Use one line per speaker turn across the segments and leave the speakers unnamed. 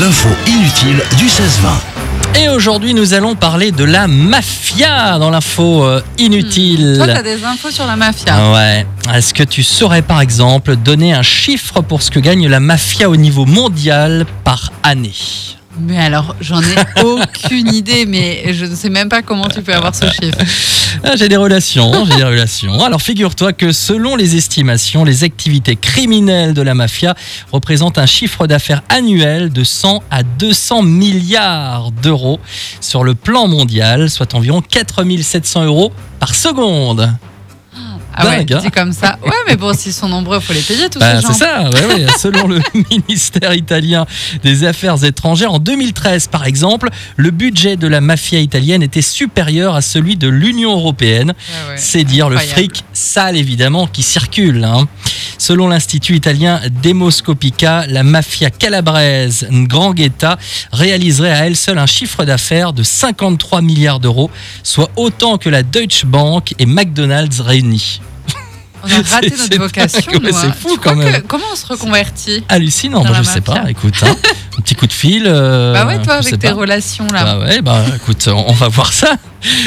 l'info inutile du 16-20.
Et aujourd'hui, nous allons parler de la mafia dans l'info euh, inutile.
Hmm. Toi, t'as des infos sur la
Ah.
mafia.
Ouais. Est-ce que tu saurais par exemple donner un chiffre pour ce que gagne la mafia au niveau mondial par année
Mais alors, j'en ai aucune idée, mais je ne sais même pas comment tu peux avoir ce chiffre.
Ah, J'ai des relations, j'ai des relations. Alors figure-toi que selon les estimations, les activités criminelles de la mafia représentent un chiffre d'affaires annuel de 100 à 200 milliards d'euros sur le plan mondial, soit environ 4700 euros par seconde.
Ah ouais,
Dingue, hein
dit comme ça. Ouais, mais bon, s'ils sont nombreux, faut les payer tous
Bah,
ces gens.
c'est ça, ouais, ouais. selon le ministère italien des Affaires étrangères, en 2013 par exemple, le budget de la mafia italienne était supérieur à celui de l'Union européenne.
Ouais, ouais.
C'est dire le
Incroyable.
fric sale évidemment qui circule. hein. Selon l'Institut italien Demoscopica, la mafia calabraise Ngrangheta réaliserait à elle seule un chiffre d'affaires de 53 milliards d'euros, soit autant que la Deutsche Bank et McDonald's réunis.
On a raté
c'est- c'est
notre vocation.
dingue, ouais,
nous, hein.
c'est fou
Tu crois
quand
que-
même.
comment on se reconvertit
Hallucinant,
Dans
bah,
la
je sais
mafia.
pas, écoute, hein. un petit coup de fil. euh,
Bah ouais, toi,
je sais
avec tes
pas.
relations là.
Bah ouais, bah écoute, on, on va voir ça.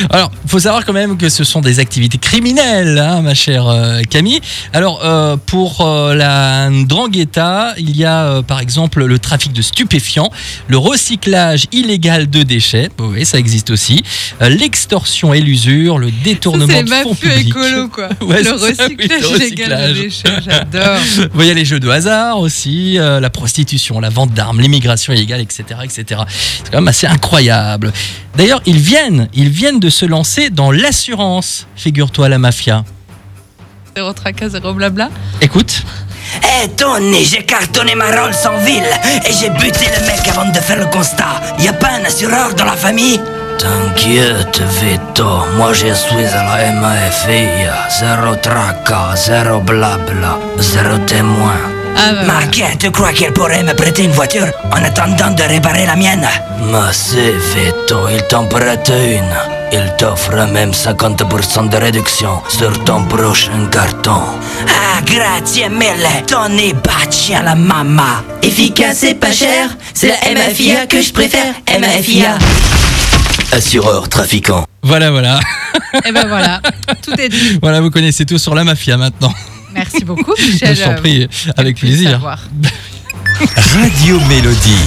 Alors, faut savoir quand même que ce sont des activités criminelles, hein, ma chère euh, Camille. Alors, euh, pour euh, la Drangheta, il y a euh, par exemple le trafic de stupéfiants, le recyclage illégal de déchets, bah oui, ça existe aussi, euh, l'extorsion et l'usure, le
Ça,
détournement
c'est
de
ma
fonds
mafieux
publics.
écolo, quoi.
Ouais,
le
c'est ça, oui,
recyclage
le
légal
recyclage.
des déchets, j'adore.
Bon, Il y a les jeux de hasard aussi, euh, la prostitution, la vente d'armes, l'immigration illégale, etc., etc. C'est quand même assez incroyable. D'ailleurs, ils viennent, ils viennent de se lancer dans l'assurance. Figure-toi la mafia.
Zéro tracas, zéro blabla.
Écoute,
Hé Eh, Tony, j'ai cartonné ma Rolls en ville et j'ai buté le mec avant de faire le constat. Y a pas un assureur dans la famille T'inquiète, Vito, moi je suis à la MAFI. Zéro tracas, zéro blabla, zéro témoin.
Ah, bah, voilà.
Marquet, tu crois qu'elle pourrait me prêter une voiture en attendant de réparer la mienne Mais c'est Vito, il t'en prête une. Il t'offre même 50% de réduction sur ton prochain carton. Ah, grazie mille, Tony baci à la mamma.
Efficace et pas cher, c'est la MFIA que je préfère. MFIA.
Assureur trafiquant.
voilà, voilà.
Et ben voilà, tout est dit.
Voilà, vous connaissez tout sur la mafia maintenant.
Merci beaucoup,
Je
Michel.
t'en prie, avec
Puis
plaisir.
savoir.
Radio Mélodie.